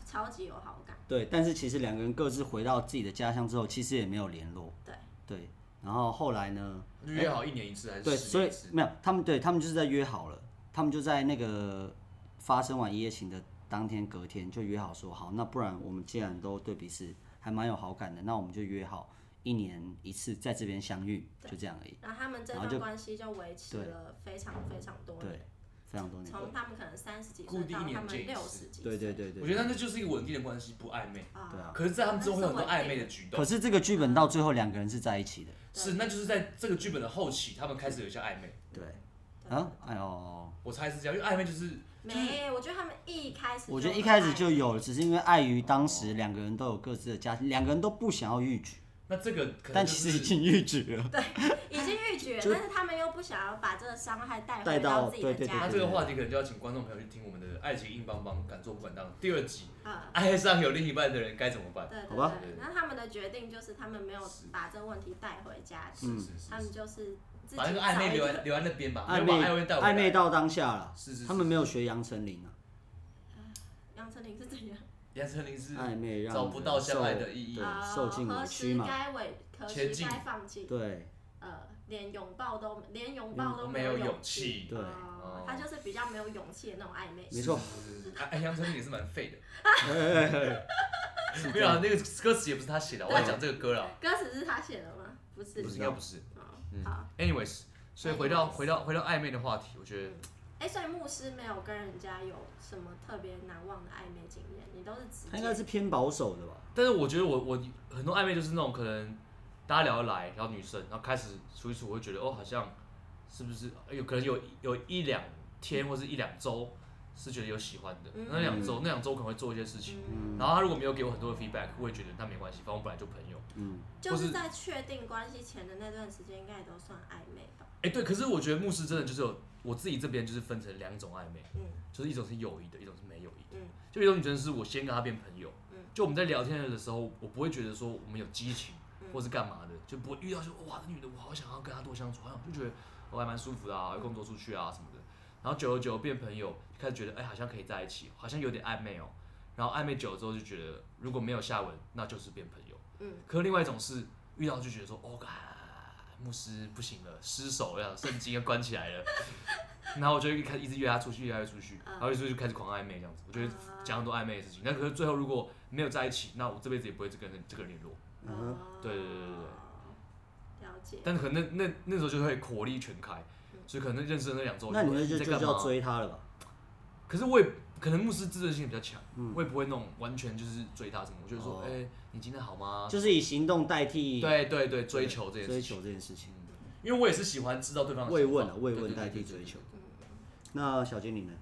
Speaker 2: 超级有好感，
Speaker 1: 对，但是其实两个人各自回到自己的家乡之后，其实也没有联络，
Speaker 2: 对
Speaker 1: 对，然后后来呢，
Speaker 3: 约好一年一次还
Speaker 1: 嗯对，
Speaker 3: 是十
Speaker 1: 所
Speaker 3: 年
Speaker 1: 以
Speaker 3: 一次？
Speaker 1: 没有他们，对他们就是在约好了，他们就在那个发生完一夜情的当天，隔天就约好说，好，那不然我们既然都对彼此还蛮有好感的，那我们就约好一年一次在这边相遇，就这样而已。
Speaker 2: 然后他们这
Speaker 1: 然后
Speaker 2: 段
Speaker 1: 就
Speaker 2: 关系就维持
Speaker 1: 对
Speaker 2: 了非常非常多
Speaker 1: 对
Speaker 2: 年，，
Speaker 1: 非常多年。
Speaker 2: 从他们可能三十几
Speaker 3: 固
Speaker 2: 岁
Speaker 3: 定
Speaker 2: 到
Speaker 3: 一
Speaker 2: 他
Speaker 3: 年见
Speaker 2: 们
Speaker 3: 一
Speaker 2: 六
Speaker 3: 次
Speaker 2: 十几岁，
Speaker 1: 对对对对。
Speaker 3: 我觉得那就是一个稳定的关系，不暧昧。
Speaker 2: 啊，
Speaker 1: 对啊
Speaker 3: 可是，在他们之后会有很多暧昧的举动
Speaker 1: 可，是这个剧本到最后两个人是在一起的。
Speaker 3: 是那就是在这个剧本的后期，他们开始有一些暧昧。
Speaker 1: 对。
Speaker 2: 对
Speaker 1: 啊，哎呦，
Speaker 3: 我猜是这样，因为暧昧就是
Speaker 2: 没，我觉得他们一开始，
Speaker 1: 我觉得一开始就，有了，只是因为碍于当时
Speaker 3: 哦
Speaker 1: 两个人都有各自的家庭，两个人都不想要逾矩，
Speaker 3: 那这个可能
Speaker 1: 但
Speaker 3: 就
Speaker 1: 其
Speaker 3: 是
Speaker 1: 实已经逾矩了。
Speaker 2: 已经欲绝，
Speaker 1: 就
Speaker 2: 但是他们又不想要把这个伤害带
Speaker 1: 带
Speaker 2: 回
Speaker 1: 到
Speaker 2: 自己的
Speaker 1: 对对对
Speaker 2: 家
Speaker 3: 那
Speaker 2: 庭，
Speaker 3: 这个话题可能就要请观众朋友去听我们的《爱情硬邦邦，敢做不敢当》第二集，
Speaker 2: 啊。
Speaker 3: 爱上有另一半的人该怎么办？
Speaker 2: 对对
Speaker 1: 好吧
Speaker 2: 对，那他们的决定就是他们没有把这个问题带回家庭，
Speaker 1: 嗯
Speaker 3: 是是
Speaker 2: 他
Speaker 3: 是
Speaker 2: 们
Speaker 3: 是，
Speaker 2: 就是自己
Speaker 3: 把
Speaker 2: 找
Speaker 3: 那个暧昧
Speaker 2: 一
Speaker 3: 留
Speaker 2: 个
Speaker 3: 在留在那边吧，没
Speaker 1: 暧昧
Speaker 3: 有把暧昧带回来
Speaker 1: 暧昧到当下了，
Speaker 3: 是是是
Speaker 1: 他们没有学杨丞琳啊。
Speaker 2: 杨丞琳是怎样？
Speaker 3: 杨丞琳是
Speaker 1: 暧昧让
Speaker 3: 找不到相爱的
Speaker 1: 人
Speaker 3: 意义
Speaker 1: 对，
Speaker 2: 啊
Speaker 1: 受尽委屈嘛
Speaker 2: 何时该委，何
Speaker 3: 前
Speaker 2: 时
Speaker 3: 进
Speaker 2: 该放弃？
Speaker 1: 对
Speaker 2: 呃，连拥抱都连拥抱都
Speaker 3: 没有
Speaker 2: 有
Speaker 3: 勇
Speaker 2: 气。
Speaker 3: 气。
Speaker 1: 嗯对，
Speaker 2: 哦
Speaker 3: 哦
Speaker 2: 他就是比较没有勇气的那种暧昧。
Speaker 1: 没错
Speaker 3: 是，是是是哎，杨丞琳也是蛮废的，
Speaker 1: 是
Speaker 3: 没
Speaker 1: 这
Speaker 3: 有啊
Speaker 1: 样。
Speaker 3: 那个歌词也不是他写的，我在讲这个歌了，
Speaker 2: 歌词是他写的吗？不是，
Speaker 3: 不是应该不是。
Speaker 2: 哦
Speaker 3: 嗯
Speaker 2: 好，
Speaker 3: Anyways，所以回到
Speaker 2: Anyways
Speaker 3: 回到回到暧昧的话题，我觉得
Speaker 2: 哎，所以牧师没有跟人家有什么特别难忘的暧昧经验，你都是直
Speaker 1: 他应该
Speaker 2: 接
Speaker 1: 是偏保守的吧？
Speaker 3: 但是我觉得我我很多暧昧就是那种可能大家聊得来，然后女生，然后开始处一处，我会觉得哦，好像是不是有可能有有一两天或是一两周是觉得有喜欢的，
Speaker 2: 嗯
Speaker 3: 那两周那两周可能会做一些事情，
Speaker 2: 嗯
Speaker 3: 然后他如果没有给我很多的 feedback，我也觉得那没关系，反正我们本来就朋友。
Speaker 1: 嗯，
Speaker 2: 就
Speaker 3: 或
Speaker 2: 是
Speaker 3: 是
Speaker 2: 在确定关系前的那段时间，应该也都算暧昧吧？
Speaker 3: 哎、对，可是我觉得牧师真的就是有我自己这边就是分成两种暧昧，
Speaker 2: 嗯
Speaker 3: 就是一种是有谊的，一种是没有谊的。
Speaker 2: 嗯
Speaker 3: 就有一种女生是我先跟她变朋友，
Speaker 2: 嗯
Speaker 3: 就我们在聊天的时候，我不会觉得说我们有激情
Speaker 2: 嗯
Speaker 3: 或是干嘛的，就不会遇到说哇，这女的我好想要跟她多相处，好像就觉得我还蛮舒服的啊，跟我多出去啊什么的。然后久而久之变朋友，就开始觉得哎、好像可以在一起，好像有点暧昧哦。然后暧昧久了之后就觉得如果没有下文，那就是变朋友。
Speaker 2: 嗯，
Speaker 3: 可另外一种是遇到就觉得说，哦，干牧师不行了，失手了，圣经要关起来了。 然后我就一开始一直约他出去，约他出去，然后就就开始狂暧昧这样子。我觉得讲很多暧昧的事情，但可是最后如果没有在一起，那我这辈子也不会跟这个人联络。
Speaker 1: 嗯哼
Speaker 2: 哦
Speaker 3: 对对对对
Speaker 2: 了解。
Speaker 3: 但是可能那那那时候就会火力全开，所以可能认识的那两周，
Speaker 1: 那你
Speaker 3: 会
Speaker 1: 们就
Speaker 3: 在
Speaker 1: 就
Speaker 3: 干
Speaker 1: 就要
Speaker 3: 嘛？
Speaker 1: 追他了吧？
Speaker 3: 可是我也可能牧师自尊心比较强，我也不会那种完全就是追他什么。我就
Speaker 1: 嗯
Speaker 3: 说，
Speaker 1: 哦
Speaker 3: 哎、你今天好吗？
Speaker 1: 就是以行动代替
Speaker 3: 啊对对对，追求这件
Speaker 1: 追
Speaker 3: 事情。
Speaker 1: 求这件事情，
Speaker 3: 因为我也是喜欢知道对方的
Speaker 1: 慰
Speaker 3: 想法
Speaker 1: 问啊，慰
Speaker 3: 对
Speaker 1: 问
Speaker 3: 对对
Speaker 1: 代替
Speaker 3: 对对
Speaker 1: 追求
Speaker 3: 对。
Speaker 1: 那小精灵 呢？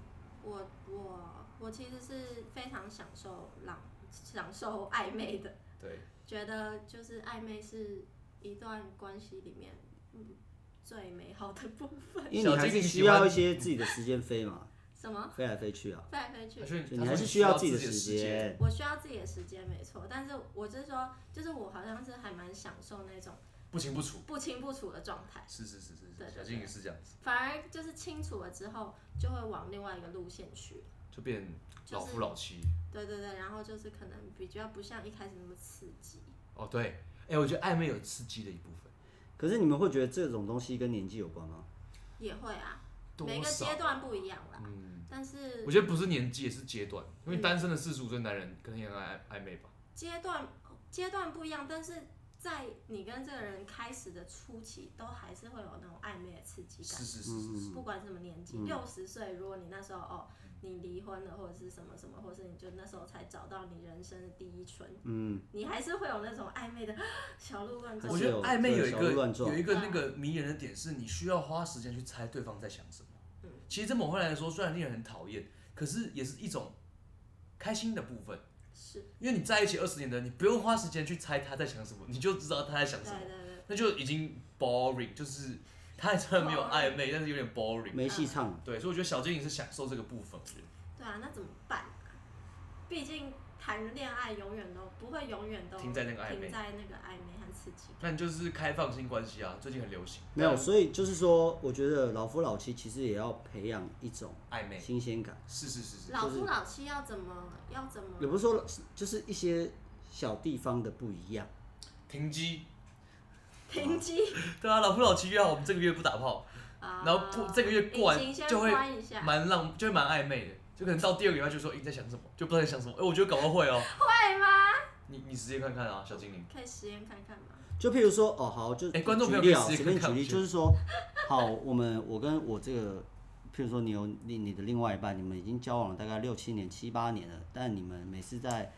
Speaker 2: 我我我其实是非常享受浪享受暧昧的，
Speaker 3: 对，
Speaker 2: 觉得就是暧昧是一段关系里面嗯最美好的部分。
Speaker 1: 因为你还
Speaker 3: 小精
Speaker 1: 是
Speaker 3: 灵
Speaker 1: 需
Speaker 3: 喜欢
Speaker 1: 要一些自己的时间飞嘛，
Speaker 2: 什么
Speaker 1: 飞来飞去啊，
Speaker 2: 飞来飞去
Speaker 3: 他？说
Speaker 1: 就
Speaker 3: 他
Speaker 1: 你还
Speaker 3: 说
Speaker 1: 是
Speaker 3: 你
Speaker 1: 需要自己的时
Speaker 3: 间。
Speaker 1: 间。
Speaker 2: 我需要自己的时间，没错。但是我是说，就是我好像是还蛮享受那种
Speaker 3: 不清不楚。
Speaker 2: 不清不楚的状态，
Speaker 3: 是是是是
Speaker 2: 对对
Speaker 3: 是，小金也是这样子。
Speaker 2: 反而就是清楚了之后，就会往另外一个路线去。
Speaker 3: 就变
Speaker 2: 就是
Speaker 3: 老夫老妻。
Speaker 2: 对对对，然后就是可能比较不像一开始那么刺激。
Speaker 3: 哦，对，哎、我觉得暧昧有刺激的一部分，
Speaker 1: 可是你们会觉得这种东西跟年纪有关吗？
Speaker 2: 也会啊，
Speaker 3: 多
Speaker 2: 每个
Speaker 3: 少
Speaker 2: 阶段不一样啦。
Speaker 3: 嗯，
Speaker 2: 但是
Speaker 3: 我觉得不是年纪，也是阶段，因为
Speaker 2: 嗯
Speaker 3: 单身的四十五岁男人可能也很爱暧昧吧。
Speaker 2: 阶段阶段不一样，但是在你跟这个人开始的初期，都还是会有那种暧昧的刺激
Speaker 3: 是
Speaker 2: 感。
Speaker 3: 是是是是，
Speaker 2: 不管什么年
Speaker 1: 嗯
Speaker 2: 纪，六十岁，如果你那时候哦，你离婚了，或者是什么什么，或者是你就那时候才找到你人生的第一春，
Speaker 1: 嗯，
Speaker 2: 你还是会有那种暧昧的 小鹿乱撞
Speaker 1: 还
Speaker 3: 我
Speaker 1: 是
Speaker 3: 觉
Speaker 1: 有
Speaker 3: 得暧昧有一
Speaker 1: 小鹿
Speaker 3: 个
Speaker 1: 乱撞
Speaker 3: 有一个
Speaker 2: 啊
Speaker 3: 那个迷人的点是，你需要花时间去猜对方在想什么。
Speaker 2: 嗯
Speaker 3: 其实这某方面来说，虽然令人很讨厌，可是也是一种开心的部分，
Speaker 2: 是，
Speaker 3: 因为你在一起二十年的，你不用花时间去猜他在想什么，你就知道他在想
Speaker 2: 对
Speaker 3: 什么，
Speaker 2: 对对，
Speaker 3: 那就已经 boring，就是他虽然没有暧昧，但是有点 boring。
Speaker 1: 没戏唱。
Speaker 3: 对，所以我觉得小精灵是享受这个部分，我觉得
Speaker 2: 对啊，那怎么办啊？毕竟谈恋爱永远都不会永远都
Speaker 3: 停在那个暧昧
Speaker 2: 停在那个暧昧和刺激。
Speaker 3: 那你就是开放性关系啊，最近很流行。
Speaker 1: 没有，所以就是说，我觉得老夫老妻其实也要培养一种
Speaker 3: 暧昧，
Speaker 1: 新鲜感，
Speaker 3: 是是是是，
Speaker 2: 老夫老妻要怎么要怎么
Speaker 1: 也不是说就是一些小地方的不一样。
Speaker 3: 停机。
Speaker 2: 停机？
Speaker 3: 对啊，老夫老妻约好，我们这个月不打炮。
Speaker 2: 然
Speaker 3: 然后不这个月过完就会
Speaker 2: 关一下，
Speaker 3: 蛮浪，就会蛮暧昧的，就可能到第二个礼拜就说、诶你在想什么，就不知道在想什么。哎、我觉得搞到会哦、
Speaker 2: 会吗？
Speaker 3: 你你实验看看啊，小精灵。
Speaker 2: 可以实验看看吗？
Speaker 1: 就譬如说，哦，好，就
Speaker 3: 哎观众
Speaker 1: 举
Speaker 3: 朋友
Speaker 1: 例
Speaker 3: 可以
Speaker 1: 啊，
Speaker 3: 试
Speaker 1: 随
Speaker 3: 试
Speaker 1: 便举
Speaker 3: 看
Speaker 1: 例，
Speaker 3: 看
Speaker 1: 就是说，好，我们我跟我这个，譬如说你有你你的另外一半，你们已经交往了大概六七年、七八年了，但你们每次在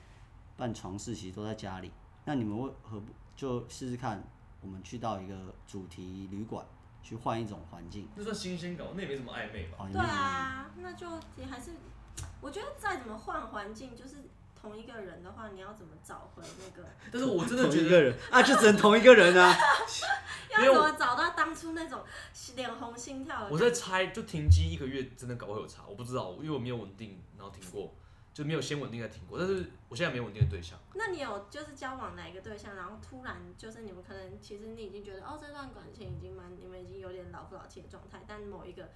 Speaker 1: 办床事其实都在家里，那你们会何不就试试看？我们去到一个主题旅馆，去换一种环境，
Speaker 3: 那算新鲜感，那也没什么暧昧吧？
Speaker 1: 哦，你
Speaker 2: 对
Speaker 1: 们
Speaker 2: 啊，那就也还是，我觉得再怎么换环境，就是同一个人的话，你要怎么找回那 个，
Speaker 3: 但是我真的
Speaker 1: 同
Speaker 3: 觉
Speaker 1: 一个
Speaker 3: 得，
Speaker 1: 人啊，就只能同一个人啊。
Speaker 3: 没有
Speaker 2: 要怎么找到当初那种脸红心跳的
Speaker 3: 我
Speaker 2: 感觉？
Speaker 3: 在猜，就停机一个月真的搞会有差，我不知道，因为我没有稳定，然后停过，就没有先稳定再停过。但是我现在没有稳定的对象，
Speaker 2: 那你有就是交往哪一个对象，然后突然就是你们可能其实你已经觉得哦这段感情已经蛮你们已经有点老夫老妻的状态，但某一个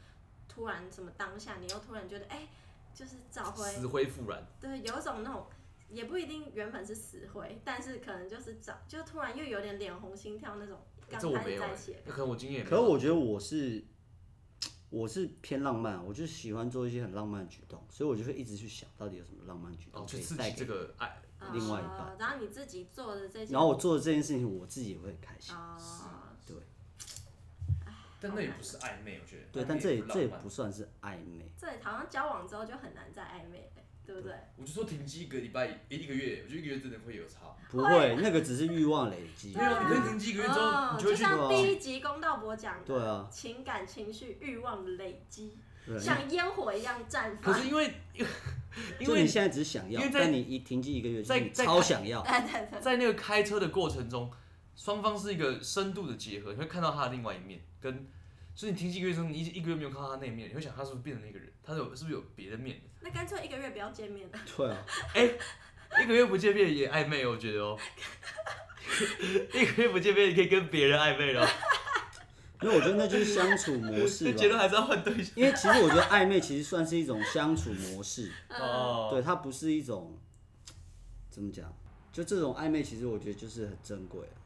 Speaker 2: 突然什么当下，你又突然觉得哎、就是找回
Speaker 3: 死灰复燃。
Speaker 2: 对，有一种那种也不一定原本是死灰，但是可能就是找，就突然又有点脸红心跳那种，刚
Speaker 3: 这我
Speaker 2: 开
Speaker 3: 没
Speaker 2: 始
Speaker 3: 有、
Speaker 2: 在
Speaker 3: 欸
Speaker 2: 一起的，
Speaker 3: 那可能我经验也没
Speaker 1: 可是
Speaker 3: 有。
Speaker 1: 我觉得我是我是偏浪漫，我就喜欢做一些很浪漫的举动，所以我就会一直去想到底有什么浪漫举动
Speaker 3: 哦，
Speaker 1: 可
Speaker 3: 去
Speaker 1: 以
Speaker 3: 刺
Speaker 1: 带
Speaker 3: 激
Speaker 1: 给
Speaker 3: 这个爱，
Speaker 2: 呃
Speaker 1: 另外一半
Speaker 2: 然后你自己做的这些，
Speaker 1: 然后我做的这件事情，我自己也会很开
Speaker 3: 哦
Speaker 1: 心。
Speaker 2: 啊，
Speaker 1: 对
Speaker 3: 但那也不是暧昧，我觉得。
Speaker 1: 对，
Speaker 3: 暧
Speaker 1: 但
Speaker 3: 昧
Speaker 1: 这也
Speaker 3: 不浪
Speaker 1: 这也
Speaker 3: 漫
Speaker 1: 不算是暧
Speaker 3: 哦
Speaker 1: 昧。
Speaker 2: 这里好像交往之后就很难再暧昧了，对不对？
Speaker 3: 我就说停机一个礼拜，一一个月，我觉得一个月真的会有差。
Speaker 1: 不 会，那个只是欲望累积
Speaker 3: 没。有，你可以停机一个月之后，
Speaker 2: 哦，
Speaker 3: 你就会去
Speaker 1: 对啊
Speaker 2: 像第一集公道博讲的，
Speaker 1: 对啊
Speaker 2: 情感情绪欲望的累积，
Speaker 1: 对，
Speaker 2: 像烟火一样绽
Speaker 3: 可
Speaker 2: 放。
Speaker 3: 是因为因
Speaker 1: 就你
Speaker 3: 为
Speaker 1: 现在只是想要
Speaker 3: 因为，在
Speaker 1: 但你一停机一个月，就
Speaker 3: 在
Speaker 1: 是你
Speaker 3: 在
Speaker 1: 超
Speaker 3: 看
Speaker 1: 想 要。
Speaker 2: 对对对，
Speaker 3: 在那个开车的过程中，双方是一个深度的结合，你会看到他的另外一面，跟所以你停机一个月之后，你一一个月没有看到他那一面，你会想他是不是变成那个人，他有是不是有别的面？
Speaker 2: 那干脆一个月不要见面了，
Speaker 1: 对啊，
Speaker 3: 一个月不见面也暧昧，我觉得哦。一个月不见面，你可以跟别人暧昧了，
Speaker 1: 因为我觉得那就是相处模式
Speaker 3: 就结论
Speaker 1: 吧。
Speaker 3: 还是要换对象。
Speaker 1: 因为其实我觉得暧昧其实算是一种相处模式。
Speaker 2: 嗯
Speaker 3: 哦，
Speaker 1: 对，它不是一种怎么讲，就这种暧昧，其实我觉得就是很珍贵啊，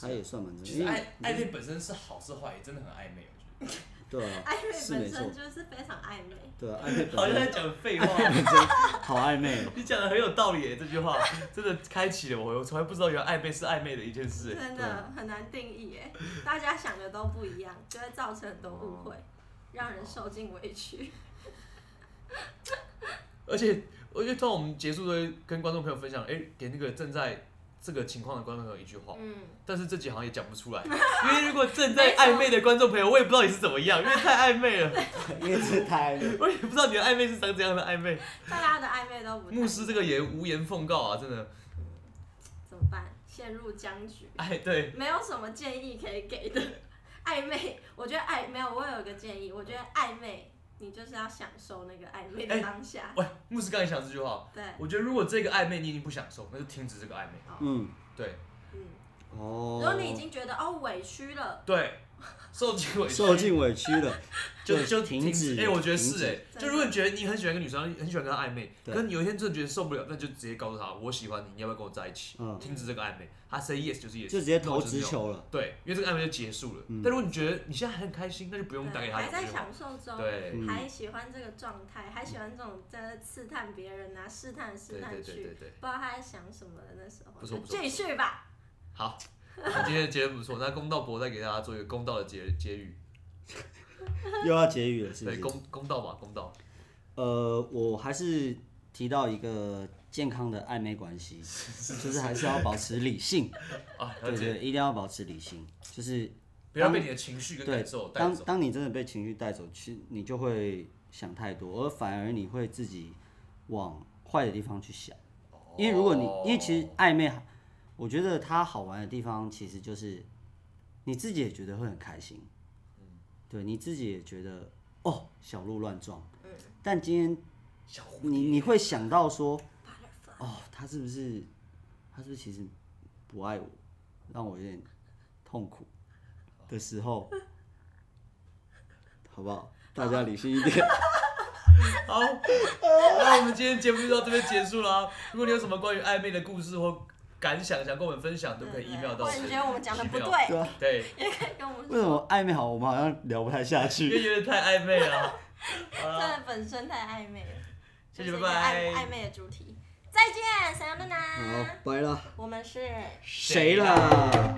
Speaker 1: 它也算蛮珍
Speaker 3: 啊其
Speaker 1: 贵，
Speaker 3: 实
Speaker 1: 因
Speaker 3: 暧
Speaker 1: 为
Speaker 3: 暧昧本身是好是坏，真的很暧昧，我觉
Speaker 1: 对啊，
Speaker 2: 暧昧
Speaker 1: 是没
Speaker 2: 本
Speaker 1: 错
Speaker 2: 身，就是非常暧昧。
Speaker 1: 对啊，暧昧
Speaker 3: 得。好
Speaker 1: 本
Speaker 3: 像在
Speaker 1: 身
Speaker 3: 讲废 话。
Speaker 1: 好暧昧哦，
Speaker 3: 你讲的很有道理耶，这句话真的开启了我，我从来不知道原来暧昧是暧昧的一件事。
Speaker 2: 真
Speaker 1: 对
Speaker 2: 的
Speaker 1: 啊
Speaker 2: 很难定义耶，大家想的都不一样，就会造成很多误
Speaker 3: 哦
Speaker 2: 会，让人受尽委屈。
Speaker 3: 而且我觉得，当我们结束都会跟观众朋友分享，哎、给那个正在这个情况的观众朋友一句话。
Speaker 2: 嗯，
Speaker 3: 但是这集好像也讲不出来，因为如果正在暧昧的观众朋友，我也不知道你是怎么 样，因为太暧昧了，
Speaker 1: 因为这太暧昧，
Speaker 3: 我也不知道你的暧昧是长怎样的暧昧。
Speaker 2: 大家的暧昧都不太
Speaker 3: 牧师这个也无言奉告啊，真的，
Speaker 2: 怎么办？陷入僵局，
Speaker 3: 哎，对，
Speaker 2: 没有什么建议可以给的。 暧昧，我觉得暧没有，我有个建议，我觉得暧昧你就是要享受那个暧昧的
Speaker 3: 哎
Speaker 2: 当下，
Speaker 3: 喂，牧师刚才讲这句话，
Speaker 2: 对，
Speaker 3: 我觉得如果这个暧昧你已经不享受，那就停止这个暧昧。
Speaker 1: 嗯，
Speaker 3: 对
Speaker 2: 嗯，
Speaker 1: 哦
Speaker 2: 如果你已经觉得哦委屈了，
Speaker 3: 对，受尽委屈，
Speaker 1: 受尽委屈了，
Speaker 3: 就就
Speaker 1: 停止。
Speaker 3: 哎、我觉得是哎、
Speaker 1: 哎，
Speaker 2: 止
Speaker 3: 就如果你觉得你很喜欢一个女生，很喜欢跟她暧昧，
Speaker 1: 对
Speaker 3: 可是你有一天真的觉得受不了，那就直接告诉她我喜欢你，你要不要跟我在一起？
Speaker 1: 嗯
Speaker 3: 停止这个暧昧，她 say yes 就是 yes，
Speaker 1: 就直接
Speaker 3: no
Speaker 1: 投
Speaker 3: 就是
Speaker 1: 直
Speaker 3: no
Speaker 1: 球了。
Speaker 3: 对，因为这个暧昧就结束了。
Speaker 1: 嗯
Speaker 3: 但如果你觉得你现在还很开心，那就不用打给
Speaker 2: 对
Speaker 3: 她
Speaker 2: 还在
Speaker 3: 电话。
Speaker 2: 享受中，
Speaker 3: 对
Speaker 1: 嗯
Speaker 2: 还喜欢这个状态，还喜欢这种在那刺探别人啊，试探试
Speaker 3: 对
Speaker 2: 探
Speaker 3: 对
Speaker 2: 去，
Speaker 3: 对对对，
Speaker 2: 不知道他在想什么的那时候，
Speaker 3: 不错不错
Speaker 2: 就继续吧。
Speaker 3: 好，那今天的结论不错。那公道博再给大家做一个公道的结结语，
Speaker 1: 又要结语了，是不
Speaker 3: 对
Speaker 1: 是？
Speaker 3: 公公道吧，公道。
Speaker 1: 呃，我还是提到一个健康的暧昧关系，就是还是要保持理性，
Speaker 3: 啊，了
Speaker 1: 对
Speaker 3: 解，
Speaker 1: 对，一定要保持理性，就是
Speaker 3: 不要被你的情绪跟
Speaker 1: 对
Speaker 3: 感受，带
Speaker 1: 当
Speaker 3: 走。
Speaker 1: 当你真的被情绪带走，其实你就会想太多，而反而你会自己往坏的地方去想，因为如果你，
Speaker 3: 哦
Speaker 1: 因为其实暧昧，我觉得它好玩的地方其实就是你自己也觉得会很开心，
Speaker 3: 嗯
Speaker 1: 对，你自己也觉得哦小鹿乱撞，
Speaker 2: 嗯
Speaker 1: 但今天
Speaker 3: 小蝴
Speaker 1: 你你会想到说。
Speaker 2: Butterfly
Speaker 1: 哦，他是不是他是不是其实不爱我，让我有点痛苦的时候，好不好？大家理性一点。
Speaker 3: 好，那我们今天节目就到这边结束了啊。如果你有什么关于暧昧的故事或感想，想跟我们分享，都可以 email 到
Speaker 2: 嗯或
Speaker 3: 我
Speaker 2: 者你
Speaker 3: 们。
Speaker 2: 觉得我们讲的不
Speaker 3: email
Speaker 1: 对
Speaker 2: 对，
Speaker 1: 啊，
Speaker 3: 对，
Speaker 2: 也可以跟我们
Speaker 1: 为什么暧昧好，我们好像聊不太下
Speaker 3: 因
Speaker 1: 去。
Speaker 3: 为觉得太暧昧了。好
Speaker 2: 真
Speaker 3: 啦
Speaker 2: 的本身太暧昧了，
Speaker 3: 谢
Speaker 2: 就
Speaker 3: 谢
Speaker 2: 是一个
Speaker 3: 拜拜
Speaker 2: 暧暧昧的主题。再见，三幺娜
Speaker 1: 好
Speaker 2: 娜，，
Speaker 1: 拜了，
Speaker 2: 我们是。
Speaker 1: 谁啦？